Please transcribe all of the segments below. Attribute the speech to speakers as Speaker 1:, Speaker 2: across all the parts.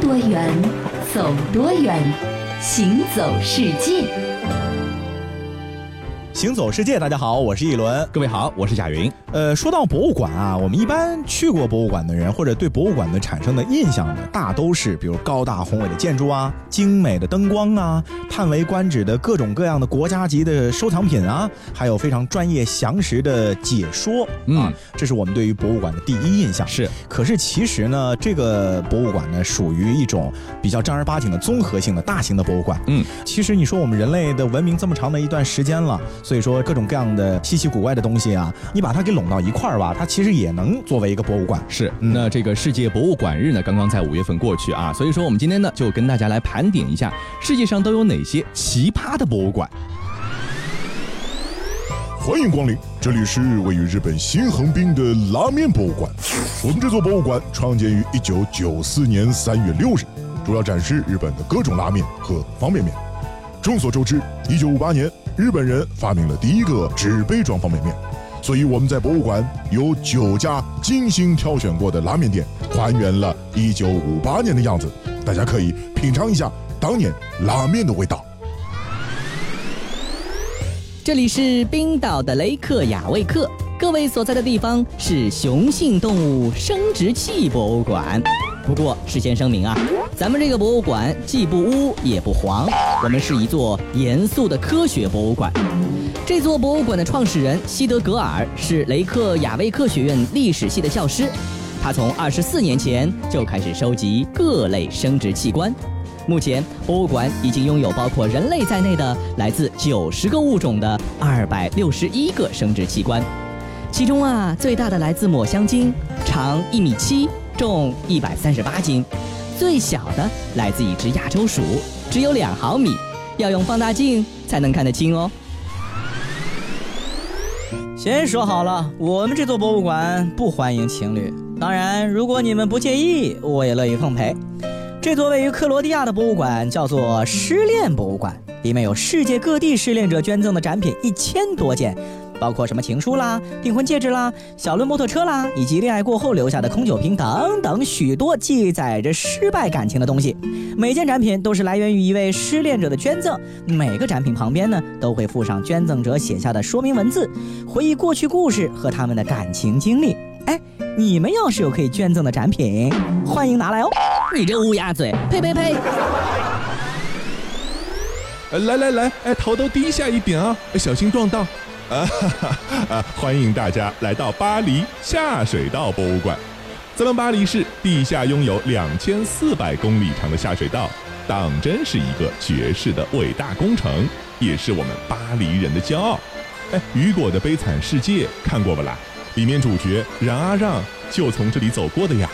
Speaker 1: 多远，走多远，行走世界。
Speaker 2: 行走世界，大家好，我是一轮。
Speaker 3: 各位好，我是贾云。
Speaker 2: 呃，说到博物馆啊，我们一般去过博物馆的人，或者对博物馆的产生的印象呢，大都是比如高大宏伟的建筑啊、精美的灯光啊、叹为观止的各种各样的国家级的收藏品啊，还有非常专业详实的解说啊
Speaker 3: 嗯，
Speaker 2: 这是我们对于博物馆的第一印象。
Speaker 3: 是，
Speaker 2: 可是其实呢，这个博物馆呢，属于一种比较正儿八经的综合性的大型的博物馆。
Speaker 3: 嗯，
Speaker 2: 其实你说我们人类的文明这么长的一段时间了，所以说各种各样的稀奇古怪的东西啊，你把它给拢到一块儿吧，它其实也能作为一个博物馆。
Speaker 3: 是，
Speaker 2: 嗯
Speaker 3: 那这个世界博物馆日呢，刚刚在五月份过去啊，所以说我们今天呢，就跟大家来盘点一下世界上都有哪些奇葩的博物馆。
Speaker 4: 欢迎光临，这里是位于日本新横滨的拉面博物馆。我们这座博物馆创建于一九九四年三月六日，主要展示日本的各种拉面和方便面。众所周知，一九五八年日本人发明了第一个纸杯装方便面，所以我们在博物馆有九家精心挑选过的拉面店，还原了一九五八年的样子。大家可以品尝一下当年拉面的味道。
Speaker 5: 这里是冰岛的雷克雅未克，各位所在的地方是雄性动物生殖器博物馆。不过事先声明啊，咱们这个博物馆既不污也不黄，我们是一座严肃的科学博物馆。这座博物馆的创始人西德格尔是雷克雅未克学院历史系的教师，他从二十四年前就开始收集各类生殖器官。目前，博物馆已经拥有包括人类在内的来自九十个物种的二百六十一个生殖器官，其中啊，最大的来自抹香鲸，长一米七，重一百三十八斤；最小的来自一只亚洲鼠，只有两毫米，要用放大镜才能看得清哦。
Speaker 6: 先说好了，我们这座博物馆不欢迎情侣。当然，如果你们不介意，我也乐意奉陪。这座位于克罗地亚的博物馆叫做失恋博物馆，里面有世界各地失恋者捐赠的展品一千多件，包括什么情书啦、订婚戒指啦、小轮摩托车啦，以及恋爱过后留下的空酒瓶等等许多记载着失败感情的东西。每件展品都是来源于一位失恋者的捐赠，每个展品旁边呢都会附上捐赠者写下的说明文字，回忆过去故事和他们的感情经历。哎，你们要是有可以捐赠的展品，欢迎拿来哦。
Speaker 5: 你这乌鸦嘴，呸呸呸！
Speaker 7: 呃来来来，哎，头都低下一点啊，小心撞到。啊哈哈啊！ 欢迎大家来到巴黎下水道博物馆。咱们巴黎市地下拥有两千四百公里长的下水道，当真是一个绝世的伟大工程，也是我们巴黎人的骄傲。哎，雨果的《悲惨世界》看过不啦？里面主角冉阿让就从这里走过的呀。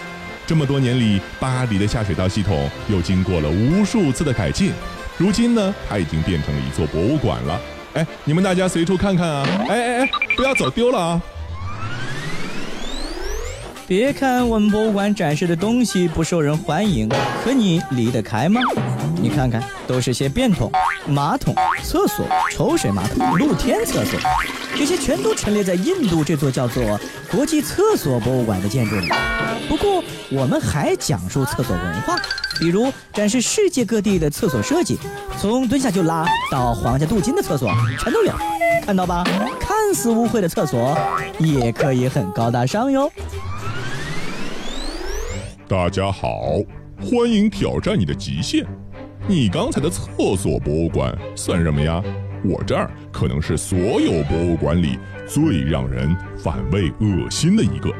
Speaker 7: 这么多年里，巴黎的下水道系统又经过了无数次的改进，如今呢，它已经变成了一座博物馆了。哎，你们大家随处看看啊！哎哎哎，不要走丢了啊！
Speaker 6: 别看我们博物馆展示的东西不受人欢迎，可你离得开吗？你看看，都是些便桶、马桶、厕所、抽水马桶、露天厕所，这些全都陈列在印度这座叫做国际厕所博物馆的建筑里。不过，我们还讲述厕所文化，比如展示世界各地的厕所设计，从蹲下就拉到皇家镀金的厕所，全都有。看到吧，看似污秽的厕所也可以很高大上哟。
Speaker 4: 大家好，欢迎挑战你的极限。你刚才的厕所博物馆算什么呀？我这儿可能是所有博物馆里最让人反胃恶心的一个，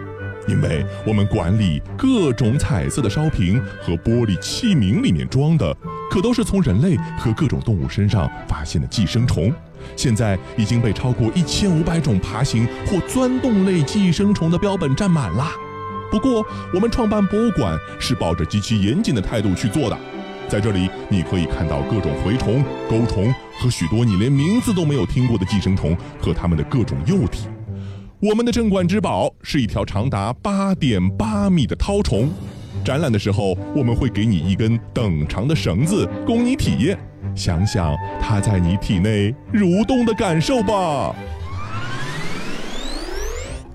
Speaker 4: 因为我们馆里各种彩色的烧瓶和玻璃器皿里面装的，可都是从人类和各种动物身上发现的寄生虫。现在已经被超过一千五百种爬行或钻动类寄生虫的标本占满啦。不过，我们创办博物馆是抱着极其严谨的态度去做的。在这里，你可以看到各种蛔虫、钩虫和许多你连名字都没有听过的寄生虫和它们的各种幼体。我们的镇馆之宝是一条长达八点八米的绦虫。展览的时候，我们会给你一根等长的绳子供你体验，想想它在你体内蠕动的感受吧。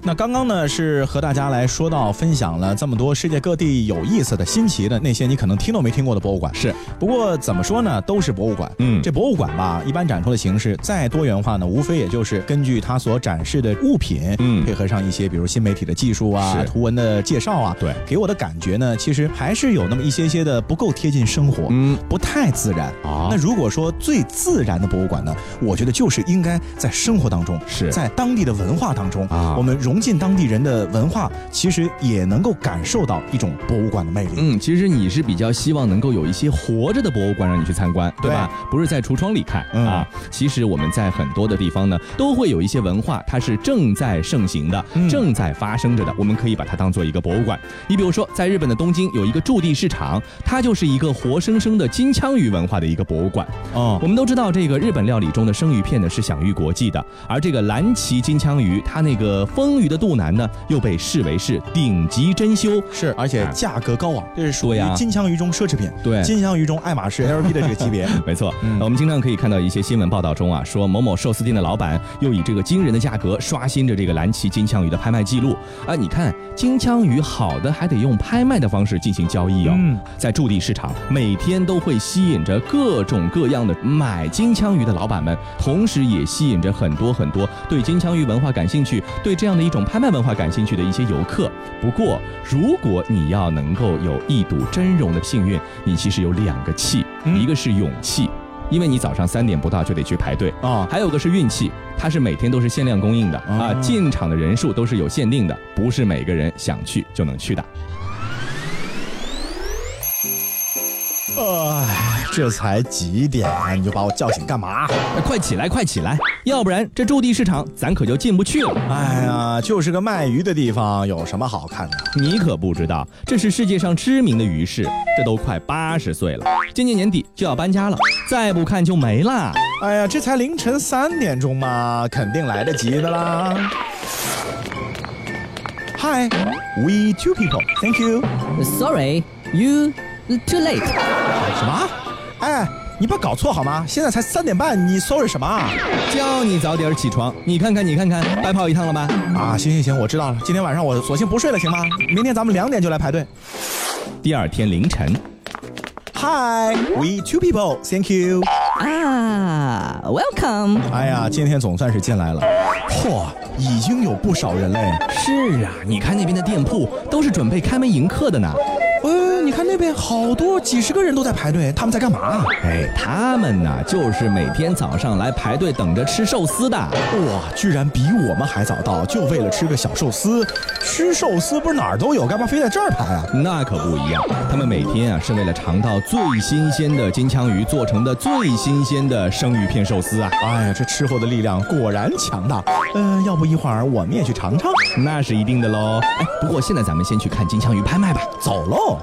Speaker 2: 那刚刚呢是和大家来说到分享了这么多世界各地有意思的、新奇的那些你可能听都没听过的博物馆。
Speaker 3: 是，
Speaker 2: 不过怎么说呢，都是博物馆。
Speaker 3: 嗯
Speaker 2: 这博物馆吧，一般展出的形式再多元化呢，无非也就是根据它所展示的物品，
Speaker 3: 嗯
Speaker 2: 配合上一些比如新媒体的技术啊
Speaker 3: 是、
Speaker 2: 图文的介绍啊，
Speaker 3: 对，
Speaker 2: 给我的感觉呢，其实还是有那么一些些的不够贴近生活，
Speaker 3: 嗯
Speaker 2: 不太自然。
Speaker 3: 啊
Speaker 2: 那如果说最自然的博物馆呢，我觉得就是应该在生活当中，
Speaker 3: 是
Speaker 2: 在当地的文化当中
Speaker 3: 啊
Speaker 2: 我们融进当地人的文化，其实也能够感受到一种博物馆的魅力。
Speaker 3: 嗯，其实你是比较希望能够有一些活着的博物馆让你去参观，对吧？不是在橱窗里看、
Speaker 2: 嗯
Speaker 3: 啊。其实我们在很多的地方呢，都会有一些文化，它是正在盛行的，
Speaker 2: 嗯
Speaker 3: 正在发生着的。我们可以把它当做一个博物馆。你比如说，在日本的东京有一个驻地市场，它就是一个活生生的金枪鱼文化的一个博物馆。
Speaker 2: 哦
Speaker 3: 我们都知道，这个日本料理中的生鱼片呢是享誉国际的，而这个蓝鳍金枪鱼，它那个丰腴的肚腩呢，又被视为是顶级珍馐。啊
Speaker 2: 是，而且价格高昂，这是属
Speaker 3: 对
Speaker 2: 于
Speaker 3: 呀
Speaker 2: 金枪鱼中奢侈品，
Speaker 3: 对
Speaker 2: 金枪鱼中爱马仕 LV 的 这个级别。
Speaker 3: 没错，
Speaker 2: 嗯
Speaker 3: 呃我们经常可以看到一些新闻报道中啊，说某某寿司店的老板又以这个惊人的价格刷新着这个蓝鳍金枪鱼的拍卖记录啊！你看，金枪鱼好的还得用拍卖的方式进行交易哦。
Speaker 2: 嗯
Speaker 3: 在驻地市场，每天都会吸引着各种各样的买金枪鱼的老板们，同时也吸引着很多很多对金枪鱼文化感兴趣、对这样的一种拍卖文化感兴趣的一些游客。不过，如果你要能够有一睹真容的幸运，你其实有两个气，
Speaker 2: 嗯
Speaker 3: 一个是勇气。因为你早上三点不到就得去排队，
Speaker 2: 啊，
Speaker 3: 还有个是运气，它是每天都是限量供应的
Speaker 2: 哦
Speaker 3: 啊，进场的人数都是有限定的，不是每个人想去就能去的。
Speaker 2: 哎，这才几点啊，你就把我叫醒干嘛？
Speaker 3: 哎快起来，快起来，要不然这驻地市场咱可就进不去了。
Speaker 2: 哎呀，就是个卖鱼的地方，有什么好看的？
Speaker 3: 你可不知道，这是世界上知名的鱼市，这都快八十岁了，今年年底就要搬家了，再不看就没啦。
Speaker 2: 哎呀，这才凌晨三点钟嘛，肯定来得及的啦。Hi, we two people. Thank you.
Speaker 5: Sorry, you too late。
Speaker 2: 什么？哎，你不要搞错好吗？现在才三点半，你 sorry 什么啊？
Speaker 3: 叫你早点起床，你看看，你看看，白跑一趟了吧？
Speaker 2: 啊，行行行，我知道了。今天晚上我索性不睡了，行吗？明天咱们两点就来排队。
Speaker 3: 第二天凌晨，
Speaker 2: Hi, we two people. Thank you.
Speaker 5: 啊，Welcome。Ah,
Speaker 2: 哎呀，今天总算是进来了。嚯，已经有不少人嘞。
Speaker 3: 是啊，你看那边的店铺都是准备开门迎客的呢。
Speaker 2: 呃，你看那边好多几十个人都在排队，他们在干嘛？
Speaker 3: 哎，他们呐，就是每天早上来排队等着吃寿司的。
Speaker 2: 哇，居然比我们还早到，就为了吃个小寿司。吃寿司不是哪儿都有，干嘛非在这儿排啊？
Speaker 3: 那可不一样，他们每天啊是为了尝到最新鲜的金枪鱼做成的最新鲜的生鱼片寿司啊，
Speaker 2: 哎呀，这吃货的力量果然强大。呃，要不一会儿我们也去尝尝？
Speaker 3: 那是一定的喽。哎，不过现在咱们先去看金枪鱼拍卖吧。
Speaker 2: 走喽！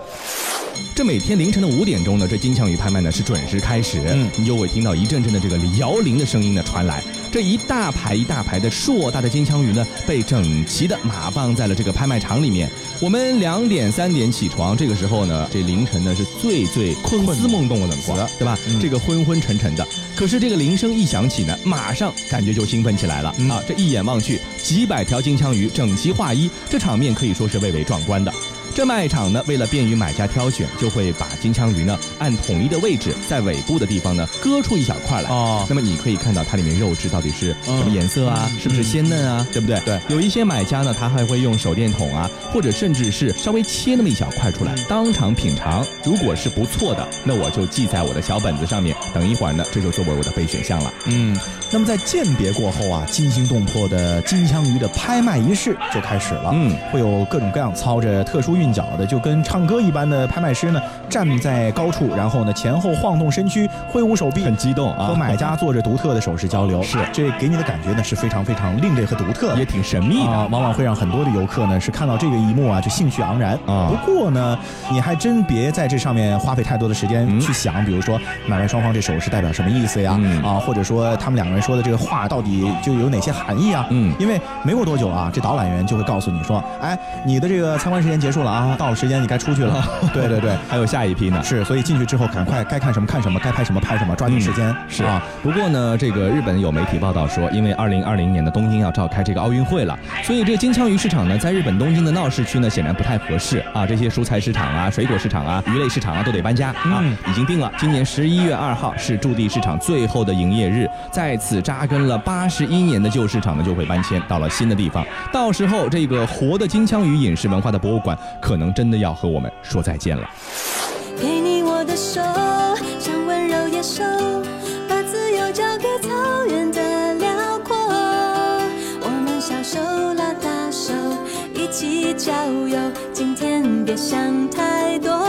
Speaker 3: 这每天凌晨的五点钟呢，这金枪鱼拍卖呢是准时开始，
Speaker 2: 嗯
Speaker 3: 你就会听到一阵阵的这个摇铃的声音呢传来。这一大排一大排的硕大的金枪鱼呢，被整齐的码放在了这个拍卖场里面。我们两点三点起床，这个时候呢，这凌晨呢是最最困思梦动的冷光，对吧？
Speaker 2: 嗯
Speaker 3: 这个昏昏沉沉的，可是这个铃声一响起呢，马上感觉就兴奋起来
Speaker 2: 嗯
Speaker 3: 了、啊！这一眼望去，几百条金枪鱼整齐划一，这场面可以说是蔚为壮观的。这卖场呢，为了便于买家挑选，就会把金枪鱼呢按统一的位置，在尾部的地方呢割出一小块来。
Speaker 2: 哦嗯
Speaker 3: 那么你可以看到它里面肉质到底是什么颜色啊，是不是鲜嫩啊，对不对？
Speaker 2: 对。
Speaker 3: 有一些买家呢，他还会用手电筒啊，或者甚至是稍微切那么一小块
Speaker 2: 嗯
Speaker 3: 出来，当场品尝。如果是不错的，那我就记在我的小本子上面，等一会儿呢，这就作为我的备选项了。
Speaker 2: 嗯，那么在鉴别过后啊，惊心动魄的金枪鱼的拍卖仪式就开始了。
Speaker 3: 嗯，
Speaker 2: 会有各种各样操着特殊韵脚的，就跟唱歌一般的拍卖师呢，站在高处，然后呢前后晃动身躯，挥舞手臂，
Speaker 3: 很激动啊，
Speaker 2: 和买家做着独特的手势交流，是这给你的感觉呢是非常非常另类和独特的，
Speaker 3: 也挺神秘的。
Speaker 2: 啊，往往会让很多的游客呢是看到这个一幕啊就兴趣盎然
Speaker 3: 啊
Speaker 2: 不过呢，你还真别在这上面花费太多的时间
Speaker 3: 嗯
Speaker 2: 去想，比如说买卖双方这手势代表什么意思呀？
Speaker 3: 嗯
Speaker 2: 啊，或者说他们两个人说的这个话到底就有哪些含义啊？
Speaker 3: 嗯
Speaker 2: 因为没过多久啊，这导览员就会告诉你说，哎，你的这个参观时间结束了了啊，到了时间你该出去 了。对对对，
Speaker 3: 还有下一批呢。
Speaker 2: 是，所以进去之后赶快该看什么看什么，该拍什么拍什么，抓紧时间、
Speaker 3: 是
Speaker 2: 啊。
Speaker 3: 不过呢，这个日本有媒体报道说，因为二零二零年的东京要召开这个奥运会了，所以这个金枪鱼市场呢，在日本东京的闹市区呢，显然不太合适啊。这些蔬菜市场啊、水果市场啊、鱼类市场啊，都得搬家啊。
Speaker 2: 嗯
Speaker 3: 已经定了，今年十一月二号是驻地市场最后的营业日，在此扎根了八十一年的旧市场呢，就会搬迁到了新的地方。到时候，这个活的金枪鱼饮食文化的博物馆，可能真的要和我们说再见了。
Speaker 8: 给你我的手，像温柔野兽，把自由交给草原的辽阔。我们小手拉大手，一起郊游，今天别想太多。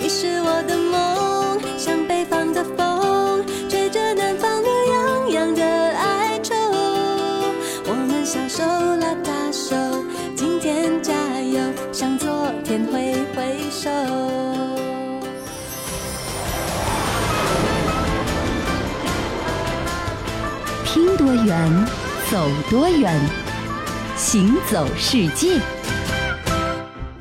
Speaker 8: 你是我的梦，像北方的风，追着南方暖洋洋的哀愁。我们小手拉大手，今天加油，向昨天挥挥手。
Speaker 1: 听多远，走多远，行走世界。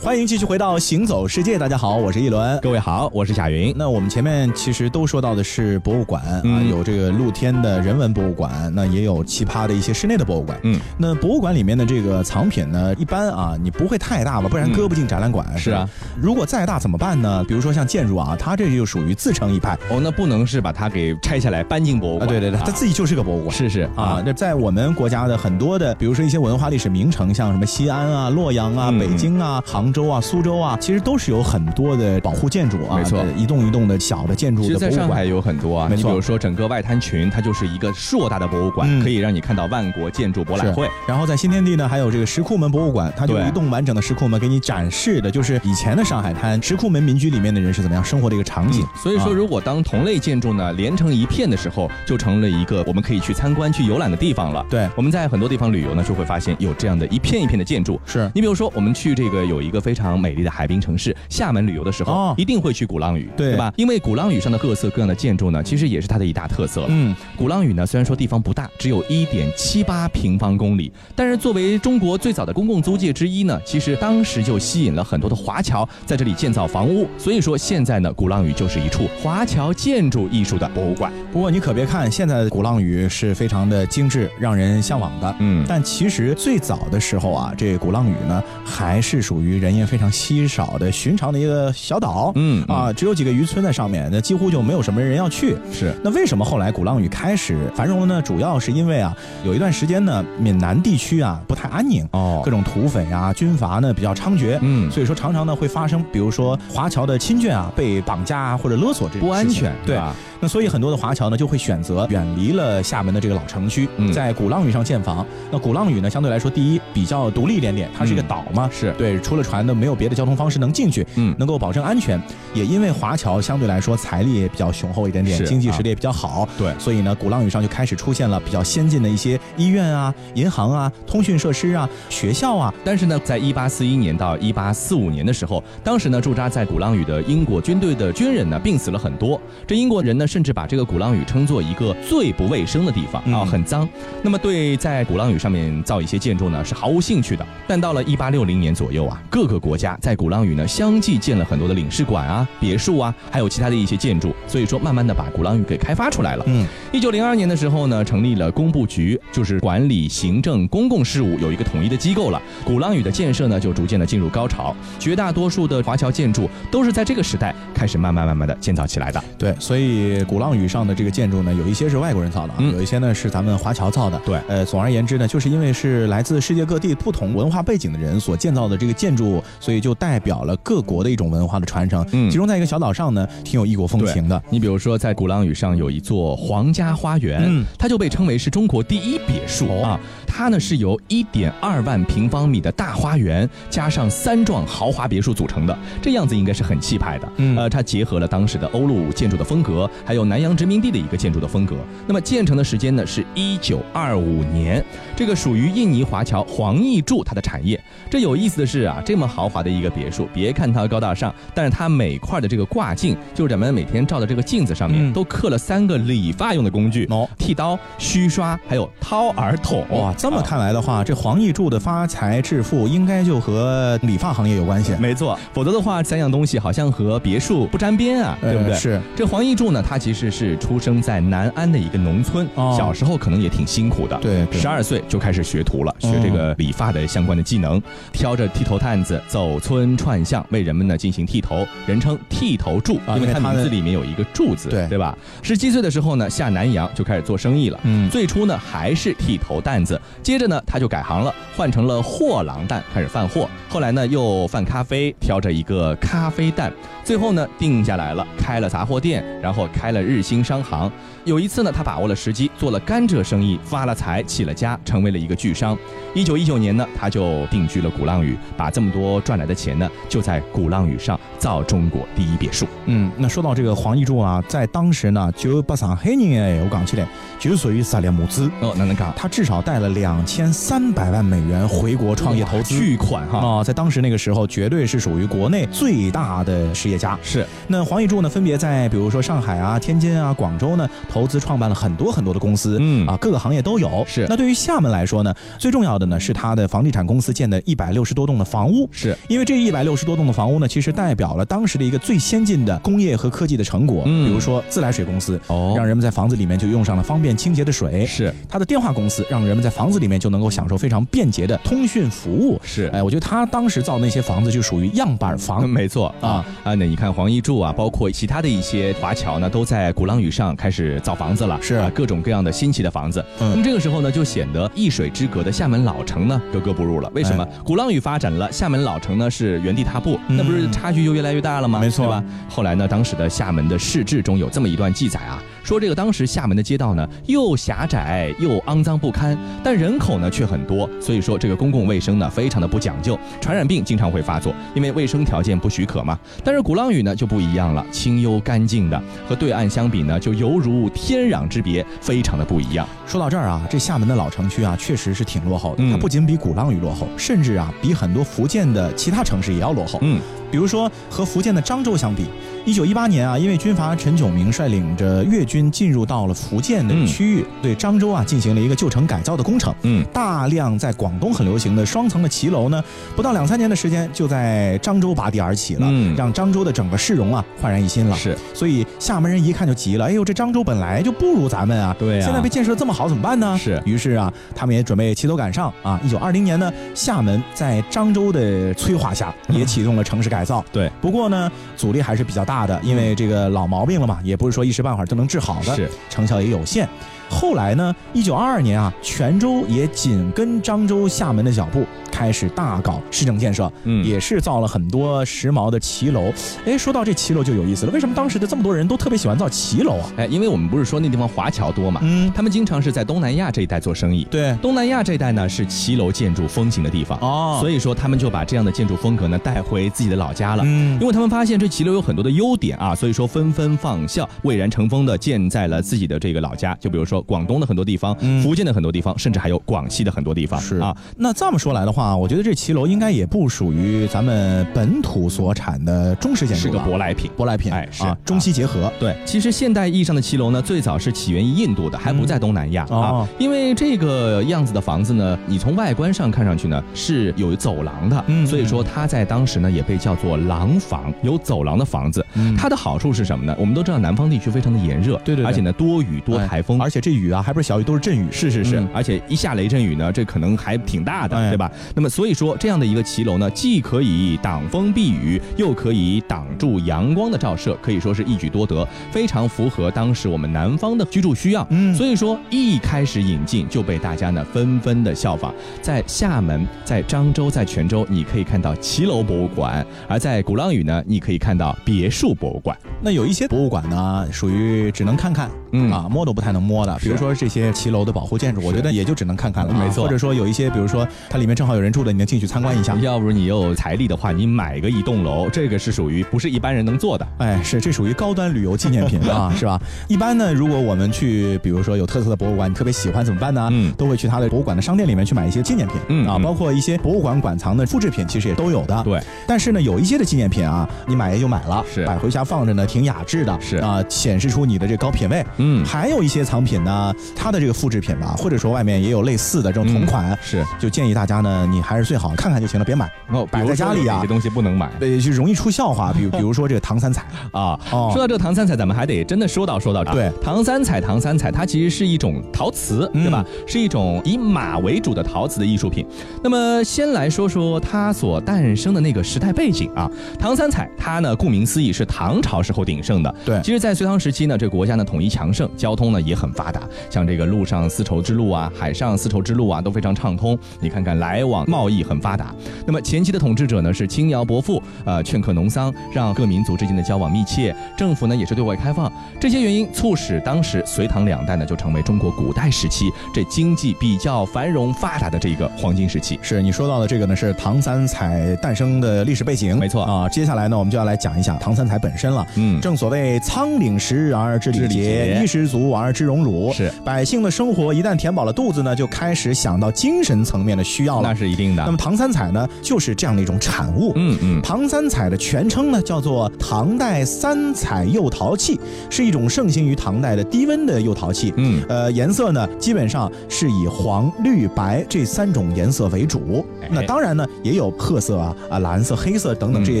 Speaker 2: 欢迎继续回到《行走世界》，大家好，我是一轮。
Speaker 3: 各位好，我是贾云。
Speaker 2: 那我们前面其实都说到的是博物馆、啊，
Speaker 3: 嗯
Speaker 2: 有这个露天的人文博物馆，那也有奇葩的一些室内的博物馆。
Speaker 3: 嗯，
Speaker 2: 那博物馆里面的这个藏品呢，一般啊，你不会太大吧，不然
Speaker 3: 嗯
Speaker 2: 搁不进展览馆。
Speaker 3: 是啊
Speaker 2: 吧，如果再大怎么办呢？比如说像建筑啊，它这就属于自成一派
Speaker 3: 哦，那不能是把它给拆下来搬进博物
Speaker 2: 啊，
Speaker 3: 馆。
Speaker 2: 对对对，它自己就是个博物馆。
Speaker 3: 是是
Speaker 2: 啊，，那在我们国家的很多的，比如说一些文化历史名城，像什么西安啊、洛阳啊、
Speaker 3: 嗯
Speaker 2: 北京啊、杭州啊、苏州啊，其实都是有很多的保护建筑啊，
Speaker 3: 没错
Speaker 2: 对一栋一栋的小的建筑
Speaker 3: 其实
Speaker 2: 的博
Speaker 3: 在
Speaker 2: 物
Speaker 3: 上海
Speaker 2: 馆。
Speaker 3: 有很多啊，
Speaker 2: 没
Speaker 3: 你比
Speaker 2: 错
Speaker 3: 如说整个外滩群，它就是一个硕大的博物馆，
Speaker 2: 嗯
Speaker 3: 可以让你看到万国建筑博
Speaker 2: 是
Speaker 3: 览会。
Speaker 2: 然后在新天地呢，还有这个石库门博物馆，它就
Speaker 3: 对
Speaker 2: 一栋完整的石库门给你展示的，就是以前的上海滩石库门民居里面的人是怎么样生活的一个场景。
Speaker 3: 嗯所以说，
Speaker 2: 啊
Speaker 3: 如果当同类建筑呢连成一片的时候，就成了一个我们可以去参观、去游览的地方了。
Speaker 2: 对
Speaker 3: 我们在很多地方旅游呢，就会发现有这样的一片一片的建筑。
Speaker 2: 是
Speaker 3: 你比如说，我们去这个有一个非常美丽的海滨城市厦门旅游的时候，
Speaker 2: 哦
Speaker 3: 一定会去鼓浪屿，
Speaker 2: 对
Speaker 3: 吧？因为鼓浪屿上的各色各样的建筑呢，其实也是它的一大特色了。
Speaker 2: 嗯，
Speaker 3: 鼓浪屿呢，虽然说地方不大，只有一点七八平方公里，但是作为中国最早的公共租界之一呢，其实当时就吸引了很多的华侨在这里建造房屋，所以说现在呢，鼓浪屿就是一处华侨建筑艺术的博物馆。
Speaker 2: 不过你可别看现在的鼓浪屿是非常的精致，让人向往的。
Speaker 3: 嗯
Speaker 2: 但其实最早的时候啊，这鼓浪屿呢还是属于人烟非常稀少的寻常的一个小岛。
Speaker 3: 嗯啊，
Speaker 2: 啊，只有几个渔村在上面，那几乎就没有什么人要去。
Speaker 3: 是
Speaker 2: 那为什么后来鼓浪屿开始繁荣了呢？主要是因为啊，有一段时间呢，闽南地区啊不太安宁，
Speaker 3: 哦
Speaker 2: 各，种土匪啊、军阀呢比较猖獗，
Speaker 3: 嗯
Speaker 2: 所以说常常呢会发生，比如说华侨的亲眷啊被绑架啊或者勒索这种
Speaker 3: 不安
Speaker 2: 事情
Speaker 3: 全，
Speaker 2: 对。
Speaker 3: 吧？
Speaker 2: 那所以很多的华侨呢就会选择远离了厦门的这个老城区，
Speaker 3: 嗯
Speaker 2: 在鼓浪屿上建房。那鼓浪屿呢，相对来说，第一比较独立一点点，它是一个
Speaker 3: 嗯
Speaker 2: 岛嘛，
Speaker 3: 是
Speaker 2: 对，除了船呢，没有别的交通方式能进去，
Speaker 3: 嗯
Speaker 2: 能够保证安全。也因为华侨相对来说财力也比较雄厚一点点，
Speaker 3: 是
Speaker 2: 经济实力也比较好，
Speaker 3: 对
Speaker 2: 所以呢，鼓浪屿上就开始出现了比较先进的一些医院啊、银行啊、通讯设施啊、学校啊，
Speaker 3: 但是呢，在一八四一年到一八四五年的时候，当时呢驻扎在鼓浪屿的英国军队的军人呢病死了很多。这英国人呢甚至把这个鼓浪屿称作一个最不卫生的地方
Speaker 2: 嗯
Speaker 3: 啊，很脏。那么对在鼓浪屿上面造一些建筑呢是毫无兴趣的。但到了一八六零年左右啊，各个国家在鼓浪屿呢相继建了很多的领事馆啊、别墅啊，还有其他的一些建筑，所以说慢慢的把鼓浪屿给开发出来了。
Speaker 2: 嗯，
Speaker 3: 一九零二年的时候呢，成立了工部局，就是管理行政公共事务有一个统一的机构了。鼓浪屿的建设呢，就逐渐的进入高潮，绝大多数的华侨建筑都是在这个时代开始慢慢慢慢的建造起来的。
Speaker 2: 对，所以鼓浪屿上的这个建筑呢，有一些是外国人造的啊，
Speaker 3: 嗯
Speaker 2: 有一些呢是咱们华侨造的。
Speaker 3: 对
Speaker 2: 呃，总而言之呢，就是因为是来自世界各地不同文化背景的人所建造的这个建筑，所以就代表了各国的一种文化的传承。
Speaker 3: 嗯
Speaker 2: 其中在一个小岛上呢，挺有异国风情的。
Speaker 3: 你比如说，在鼓浪屿上有一座皇家花园，
Speaker 2: 嗯哦
Speaker 3: 它就被称为是中国第一别墅、啊。它呢是由一点二万平方米的大花园加上三幢豪华别墅组成的，这样子应该是很气派的。
Speaker 2: 嗯
Speaker 3: 呃，它结合了当时的欧陆建筑的风格，还有南洋殖民地的一个建筑的风格。那么建成的时间呢是一九二五年，这个属于印尼华侨黄奕柱他的产业。这有意思的是啊，这么豪华的一个别墅，别看它高大上，但是它每块的这个挂镜，就是咱们每天照的这个镜子上面，
Speaker 2: 嗯
Speaker 3: 都刻了三个理发用的工具：
Speaker 2: 哦
Speaker 3: 剃刀、须刷，还有掏耳筒。
Speaker 2: 哇，这么
Speaker 3: 啊
Speaker 2: 看来的话，这黄奕柱的发财致富应该就和理发行业有关系，
Speaker 3: 没错，否则的话，三样东西好像和别墅不沾边啊，对不
Speaker 2: 呃
Speaker 3: 对？
Speaker 2: 是，
Speaker 3: 这黄奕柱呢，他其实是出生在南安的一个农村，
Speaker 2: 哦
Speaker 3: 小时候可能也挺辛苦的。
Speaker 2: 对对
Speaker 3: 十二岁就开始学徒了，学这个理发的相关的技能，
Speaker 2: 嗯
Speaker 3: 挑着剃头探子走村串巷，为人们呢进行剃头，人称剃头柱，
Speaker 2: 啊
Speaker 3: 因
Speaker 2: 因为
Speaker 3: 为他
Speaker 2: 他的
Speaker 3: 名字里面有一个柱字，
Speaker 2: 对
Speaker 3: 对吧？十七岁的时候呢，下南洋就开始做生意了。
Speaker 2: 嗯
Speaker 3: 最初呢还是剃头担子，接着呢他就改行了，换成了货郎担，开始贩货。后来呢又贩咖啡，挑着一个咖啡担。最后呢定下来了，开了杂货店，然后开了日兴商行。有一次呢，他把握了时机，做了甘蔗生意，发了财，起了家，成为了一个巨商。一九一九年呢，他就定居了鼓浪屿，把这么多赚来的钱呢，就在鼓浪屿上造中国第一别墅。
Speaker 2: 嗯，那说到这个黄奕柱啊，在当时呢，就把上海人的闲话讲起来，就属于实力母子。
Speaker 3: 哦，那能干
Speaker 2: 他至少带了两千三百万美元回国创业投资，
Speaker 3: 巨款哈。
Speaker 2: 啊、在当时那个时候，绝对是属于国内最大的实业家。
Speaker 3: 是，
Speaker 2: 那黄奕柱呢，分别在比如说上海啊、天津啊、广州呢，投资创办了很多很多的公司，
Speaker 3: 嗯
Speaker 2: 啊，各个行业都有。
Speaker 3: 是
Speaker 2: 那对于厦门来说呢，最重要的呢是他的房地产公司建的一百六十多栋的房屋，
Speaker 3: 是，
Speaker 2: 因为这一百六十多栋的房屋呢，其实代表了当时的一个最先进的工业和科技的成果，
Speaker 3: 嗯
Speaker 2: 比如说自来水公司。
Speaker 3: 哦
Speaker 2: 让人们在房子里面就用上了方便清洁的水，
Speaker 3: 是
Speaker 2: 它的电话公司让人们在房子里面就能够享受非常便捷的通讯服务。
Speaker 3: 是
Speaker 2: 哎，我觉得他当时造那些房子就属于样板
Speaker 3: 嗯
Speaker 2: 房。
Speaker 3: 没错啊
Speaker 2: 啊
Speaker 3: 啊！那你看黄一柱啊，包括其他的一些华侨呢，都在鼓浪屿上开始造房子了，
Speaker 2: 是
Speaker 3: 啊，各种各样的新奇的房子。
Speaker 2: 嗯
Speaker 3: 那么这个时候呢，就显得一水之隔的厦门老城呢格格不入了。为什
Speaker 2: 哎
Speaker 3: 么？鼓浪屿发展了，厦门老城呢是原地踏步，
Speaker 2: 嗯
Speaker 3: 那不是差距就越来越大了吗？
Speaker 2: 没错
Speaker 3: 对吧？后来呢，当时的厦门的市志中有这么一段记载啊，说这个当时厦门的街道呢又狭窄又肮脏不堪，但人口呢却很多，所以说这个公共卫生呢非常的不讲究，传染病经常会发作，因为卫生条件不许可嘛。但是鼓浪屿呢就不一样了，清幽干净的，和对岸相比呢就犹如天壤之别，非常的不一样。
Speaker 2: 说到这儿啊，这厦门的老城区啊，确实是挺落后的。
Speaker 3: 嗯
Speaker 2: 它不仅比鼓浪屿落后，甚至啊，比很多福建的其他城市也要落后。
Speaker 3: 嗯，
Speaker 2: 比如说和福建的漳州相比，一九一八年啊，因为军阀陈炯明率领着粤军进入到了福建的
Speaker 3: 嗯
Speaker 2: 区域，对漳州啊进行了一个旧城改造的工程。
Speaker 3: 嗯，
Speaker 2: 大量在广东很流行的双层的骑楼呢，不到两三年的时间就在漳州拔地而起了，
Speaker 3: 嗯
Speaker 2: 让漳州的整个市容啊焕然一新了。
Speaker 3: 是
Speaker 2: 所以厦门人一看就急了，哎呦，这漳州本来就不如咱们啊，
Speaker 3: 对啊
Speaker 2: 现在被建设得这么好，怎么办呢？
Speaker 3: 是
Speaker 2: 于是啊，他们也准备齐头赶上啊。一九二零年呢，厦门在漳州的催化下，也启动了城市改造。
Speaker 3: 对，
Speaker 2: 不过呢，阻力还是比较大的，因为这个老毛病了嘛，也不是说一时半会儿就能治好的，
Speaker 3: 嗯是
Speaker 2: 成效也有限。后来呢，一九二二年啊，泉州也紧跟漳州、厦门的脚步，开始大搞市政建设，
Speaker 3: 嗯
Speaker 2: 也是造了很多时髦的骑楼。哎，说到这骑楼就有意思了，为什么当时的这么多人都特别喜欢造骑楼啊？
Speaker 3: 哎，因为我们不是说那地方华侨多嘛，
Speaker 2: 嗯，
Speaker 3: 他们经常是在东南亚这一带做生意。
Speaker 2: 对，
Speaker 3: 东南亚这一带呢是骑楼建筑风行的地方
Speaker 2: 哦
Speaker 3: 所以说他们就把这样的建筑风格呢带回自己的老家了。
Speaker 2: 嗯
Speaker 3: 因为他们发现这骑楼有很多的优点啊，所以说纷纷仿效，蔚然成风的建在了自己的这个老家。就比如说广东的很多地方，
Speaker 2: 嗯
Speaker 3: 福建的很多地方，甚至还有广西的很多地方
Speaker 2: 是
Speaker 3: 啊。。
Speaker 2: 那这么说来的话，我觉得这骑楼应该也不属于咱们本土所产的中式建筑啊
Speaker 3: 是
Speaker 2: 吧
Speaker 3: 个舶来品，
Speaker 2: 舶来品，
Speaker 3: 哎是
Speaker 2: 啊，中西结合。
Speaker 3: 对，其实现代意义上的骑楼呢，最早是起源于印度的，还不在东南亚、
Speaker 2: 嗯
Speaker 3: 啊
Speaker 2: 哦。
Speaker 3: 因为这个样子的房子呢，你从外观上看上去呢是有走廊的，
Speaker 2: 嗯
Speaker 3: 所以说它在当时呢也被叫做廊房，有走廊的房子。
Speaker 2: 嗯
Speaker 3: 它的好处是什么呢？我们都知道南方地区非常的炎热，
Speaker 2: 对对对
Speaker 3: 而且呢多雨多台风，
Speaker 2: 而且这雨啊，还不是小雨，都是阵雨。
Speaker 3: 是是是，
Speaker 2: 嗯
Speaker 3: 而且一下雷阵雨呢，这可能还挺大的，
Speaker 2: 哎
Speaker 3: 对吧？那么所以说，这样的一个骑楼呢，既可以挡风避雨，又可以挡住阳光的照射，可以说是一举多得，非常符合当时我们南方的居住需要。
Speaker 2: 嗯
Speaker 3: 所以说一开始引进就被大家呢纷纷的效仿，在厦门、在漳州、在泉州，你可以看到骑楼博物馆；而在鼓浪屿呢，你可以看到别墅博物馆。
Speaker 2: 那有一些博物馆呢，属于只能看看，
Speaker 3: 嗯
Speaker 2: 啊，摸都不太能摸的。了，比如说这些骑楼的保护建筑，我觉得也就只能看看了啊，
Speaker 3: 没错嗯
Speaker 2: 或者说有一些，比如说它里面正好有人住的，你能进去参观一下。
Speaker 3: 要不你有财力的话，你买个一栋楼，这个是属于不是一般人能做的。
Speaker 2: 哎，是这属于高端旅游纪念品 啊，是吧？一般呢，如果我们去，比如说有特色的博物馆，你特别喜欢怎么办呢？
Speaker 3: 嗯
Speaker 2: 都会去它的博物馆的商店里面去买一些纪念品，
Speaker 3: 嗯
Speaker 2: 啊，
Speaker 3: 嗯
Speaker 2: 包括一些博物馆馆藏的复制品，其实也都有的。
Speaker 3: 对，
Speaker 2: 但是呢，有一些的纪念品啊，你买也就买了，
Speaker 3: 是
Speaker 2: 摆回家放着呢，挺雅致的，
Speaker 3: 是
Speaker 2: 啊，显示出你的这高品位。
Speaker 3: 嗯，
Speaker 2: 还有一些藏品呢，它的这个复制品吧，或者说外面也有类似的这种同款，
Speaker 3: 嗯是
Speaker 2: 就建议大家呢，你还是最好看看就行了，别买，
Speaker 3: 哦，
Speaker 2: 摆在家里啊
Speaker 3: 这东西不能买
Speaker 2: 呃，就容易出笑话。比如比如说这个唐三彩，
Speaker 3: 啊。
Speaker 2: 哦
Speaker 3: 说到这个唐三彩，咱们还得真的说到说到这。
Speaker 2: 对，
Speaker 3: 唐三彩，唐三彩，它其实是一种陶瓷，
Speaker 2: 嗯
Speaker 3: 对吧？是一种以马为主的陶瓷的艺术品。那么先来说说它所诞生的那个时代背景啊。唐三彩，它呢，顾名思义是唐朝时候鼎盛的。
Speaker 2: 对
Speaker 3: 其实，在隋唐时期呢，这国家呢统一强盛，交通呢也很发达，像这个陆上丝绸之路啊、海上丝绸之路啊都非常畅通。你看看来往贸易很发达。那么前期的统治者呢是轻徭薄赋，呃，劝课农桑，让各民族之间的交往密切，政府呢也是对外开放。这些原因促使当时隋唐两代呢就成为中国古代时期这经济比较繁荣发达的这一个黄金时期。
Speaker 2: 是你说到的这个呢，是唐三彩诞生的历史背景，
Speaker 3: 没错
Speaker 2: 啊。接下来呢，我们就要来讲一讲唐三彩本身了。
Speaker 3: 嗯
Speaker 2: 正所谓仓廪实而知礼
Speaker 3: 知礼
Speaker 2: 节，
Speaker 3: 节
Speaker 2: 衣食足而知荣辱。
Speaker 3: 是
Speaker 2: 百姓的生活一旦填饱了肚子呢，就开始想到精神层面的需要
Speaker 3: 那
Speaker 2: 了。
Speaker 3: 是一定的。
Speaker 2: 那么唐三彩呢，就是这样的一种产物。
Speaker 3: 嗯嗯，
Speaker 2: 唐三彩的全称呢叫做唐代三彩釉陶器，是一种盛行于唐代的低温的釉陶器。
Speaker 3: 嗯，
Speaker 2: 呃，颜色呢基本上是以黄、绿、白这三种颜色为主。
Speaker 3: 哎
Speaker 2: 那当然呢也有褐色啊、啊蓝色、黑色等等
Speaker 3: 嗯
Speaker 2: 这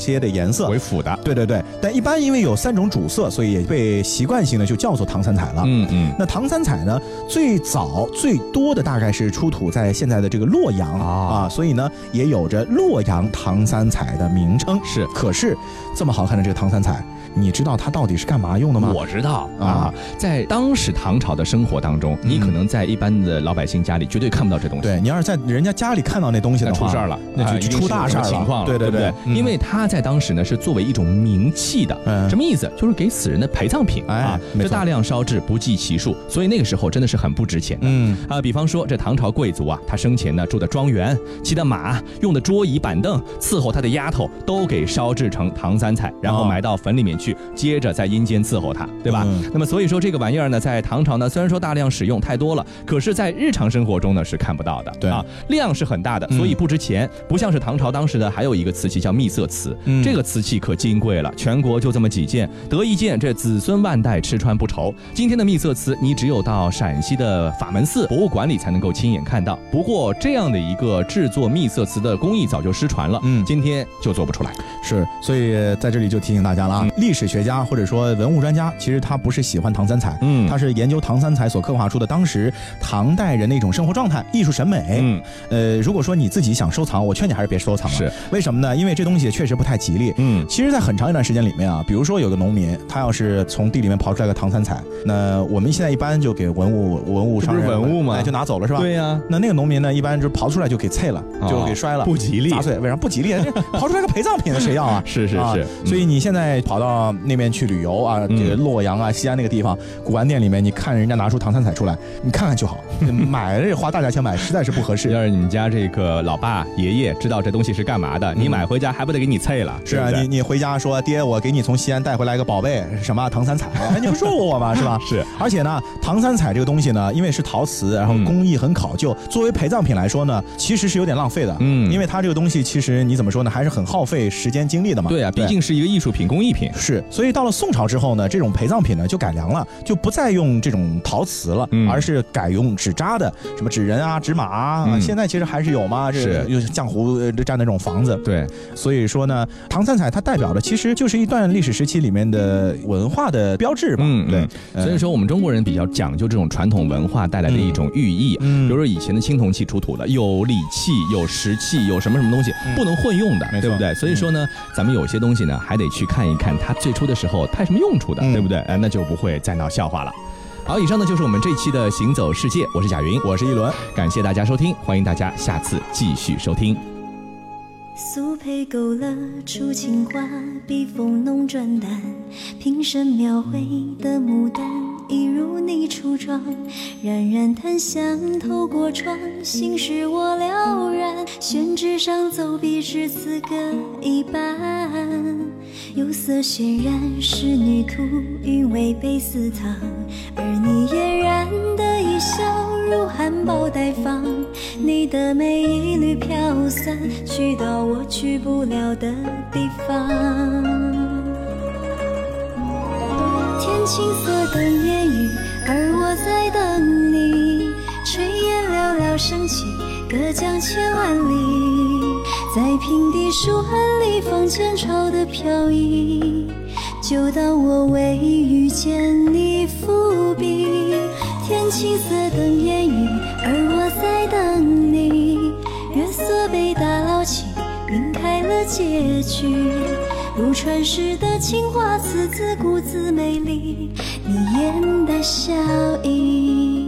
Speaker 2: 些的颜色。
Speaker 3: 为辅的。
Speaker 2: 对对对，但一般因为有三种主色，所以也被习惯性的就叫做唐三彩了。
Speaker 3: 嗯嗯。
Speaker 2: 那唐三彩呢，最早最多的大概是出土在现在的这个洛阳、
Speaker 3: 啊
Speaker 2: 啊，所以呢也有着洛阳唐三彩的名称。
Speaker 3: 是
Speaker 2: 可是这么好看的这个唐三彩，你知道它到底是干嘛用的吗？
Speaker 3: 我知道啊
Speaker 2: 啊，嗯
Speaker 3: 在当时唐朝的生活当中，你可能在一般的老百姓家里绝对看不到这东西。
Speaker 2: 对，你要是在人家家里看到那东西
Speaker 3: 那
Speaker 2: 的话，
Speaker 3: 出事儿了，
Speaker 2: 那
Speaker 3: 啊
Speaker 2: 就
Speaker 3: 一定
Speaker 2: 出
Speaker 3: 是
Speaker 2: 大
Speaker 3: 有
Speaker 2: 事
Speaker 3: 什
Speaker 2: 儿
Speaker 3: 么
Speaker 2: 了，
Speaker 3: 情况了，
Speaker 2: 对
Speaker 3: 对
Speaker 2: 对
Speaker 3: 不对？因为它在当时呢是作为一种名器的，
Speaker 2: 嗯
Speaker 3: 什么意思？就是给死人的陪葬品
Speaker 2: 哎
Speaker 3: 啊，
Speaker 2: 没
Speaker 3: 这
Speaker 2: 错
Speaker 3: 大量烧制不计其数，所以那个时候真的是很不值钱的。
Speaker 2: 嗯
Speaker 3: 啊，比方说这唐朝贵族啊，他生前呢住的庄园、骑的马、用的桌椅板凳、伺候他的丫头，都给烧制成唐三彩，然后
Speaker 2: 哦
Speaker 3: 埋到坟里面去，接着在阴间伺候他，对吧？
Speaker 2: 嗯
Speaker 3: 那么所以说这个玩意儿呢，在唐朝呢，虽然说大量使用太多了，可是，在日常生活中呢是看不到的，
Speaker 2: 对
Speaker 3: 啊，量是很大的，所以
Speaker 2: 嗯
Speaker 3: 不值钱，不像是唐朝当时的还有一个瓷器叫秘色瓷，
Speaker 2: 嗯
Speaker 3: 这个瓷器可金贵了，全国就这么几件，得一件这子孙万代吃穿不愁。今天的秘色瓷，你只有到陕西的法门寺博物馆里才能够亲眼看到。不过这样的一个制作秘色瓷的工艺早就失传了，
Speaker 2: 嗯
Speaker 3: 今天就做不出来。
Speaker 2: 是，所以在这里就提醒大家了
Speaker 3: 嗯
Speaker 2: 啊，历史学家或者说文物专家，其实他不是喜欢唐三彩，
Speaker 3: 嗯
Speaker 2: 他是研究唐三彩所刻画出的当时唐代人的一种生活状态、艺术审美。
Speaker 3: 嗯，
Speaker 2: 呃，如果说你自己想收藏，我劝你还是别收藏了。啊
Speaker 3: 是，
Speaker 2: 为什么呢？因为这东西确实不太吉利。
Speaker 3: 嗯，
Speaker 2: 其实，在很长一段时间里面啊，比如说有个农民，他要是从地里面刨出来个唐三彩，那我们现在一般就给文物文物
Speaker 3: 这
Speaker 2: 商
Speaker 3: 不是
Speaker 2: 人
Speaker 3: 文物吗
Speaker 2: 哎，就拿走了是吧？
Speaker 3: 对呀、
Speaker 2: 那那个农民呢，一般就刨出来就给碎了，就
Speaker 3: 哦
Speaker 2: 给摔了，
Speaker 3: 不吉利
Speaker 2: 砸碎。为啥不吉利？ 这刨出来个陪葬品，谁要啊？
Speaker 3: 是嗯是
Speaker 2: 啊
Speaker 3: 是，
Speaker 2: 所以你现在跑到那边去旅游啊，这个洛阳啊、西安那个地方古玩店里面，你看人家拿出唐三彩出来，你看看就好。 买了这花大价钱买，实在是不合适。
Speaker 3: 要是你们家这个老爸爷爷知道这东西是干嘛的，你买回家还不得给你碎了？
Speaker 2: 是啊，
Speaker 3: 对不对
Speaker 2: 你 你回家说爹，我给你从西安带回来一个宝贝，什么唐三彩？哎你不说过我吗？ 是吧？
Speaker 3: 是。
Speaker 2: 而且呢，唐三彩这个东西呢，因为是陶瓷，然后
Speaker 3: 嗯
Speaker 2: 工艺很考究，作为陪葬品来说呢，其实是有点浪费的。
Speaker 3: 嗯
Speaker 2: 因为它这个东西其实你怎么说呢，还是很耗费时间精力的嘛。
Speaker 3: 对啊，毕竟是一个艺术品、工艺品。
Speaker 2: 是，所以到了宋朝之后呢，这种陪葬品呢就改良了，就不再用这种陶瓷了，
Speaker 3: 嗯
Speaker 2: 而是改用纸扎的，什么纸人啊、纸马啊。
Speaker 3: 嗯
Speaker 2: 现在其实还是有嘛，这
Speaker 3: 是
Speaker 2: 又浆糊呃占的这种房子。
Speaker 3: 对，
Speaker 2: 所以说呢，唐三彩它代表的其实就是一段历史时期里面的文化的标志吧。
Speaker 3: 嗯
Speaker 2: 对呃
Speaker 3: 嗯，所以说我们中国人比较讲究这种传统文化带来的一种寓意。啊
Speaker 2: 嗯
Speaker 3: 比如说以前的青铜器出土了，有礼器、有石器、有什么什么东西，不能混用的，
Speaker 2: 嗯没错嗯
Speaker 3: 对不对？所以说呢，咱们有些东西呢，还得去看一看它最初的时候派什么用处的，
Speaker 2: 嗯
Speaker 3: 对不对？哎，那就不会再闹笑话了。好，以上呢就是我们这期的《行走世界》，我是贾云，我是一轮，感谢大家收听，欢迎大家下次继续收听。
Speaker 8: 素胚勾勒出情花，笔锋浓转淡，瓶身描绘的牡丹，一如你初妆，冉冉檀香透过窗，心事我了然。宣纸上走笔至此各一半，釉色渲染仕女图，韵味被私藏。而你嫣然的一笑，如含苞待放。你的美一缕飘散，去到我去不了的地方。天青色等烟雨，而我在等你。炊烟袅袅升起，隔江千万里。在平地书案里，放前朝的飘逸。就当我为遇见你伏笔。天青色等烟雨，而我在等你。月色被打捞起，晕开了结局。如传世的青花瓷，自顾自美丽，你眼带笑意。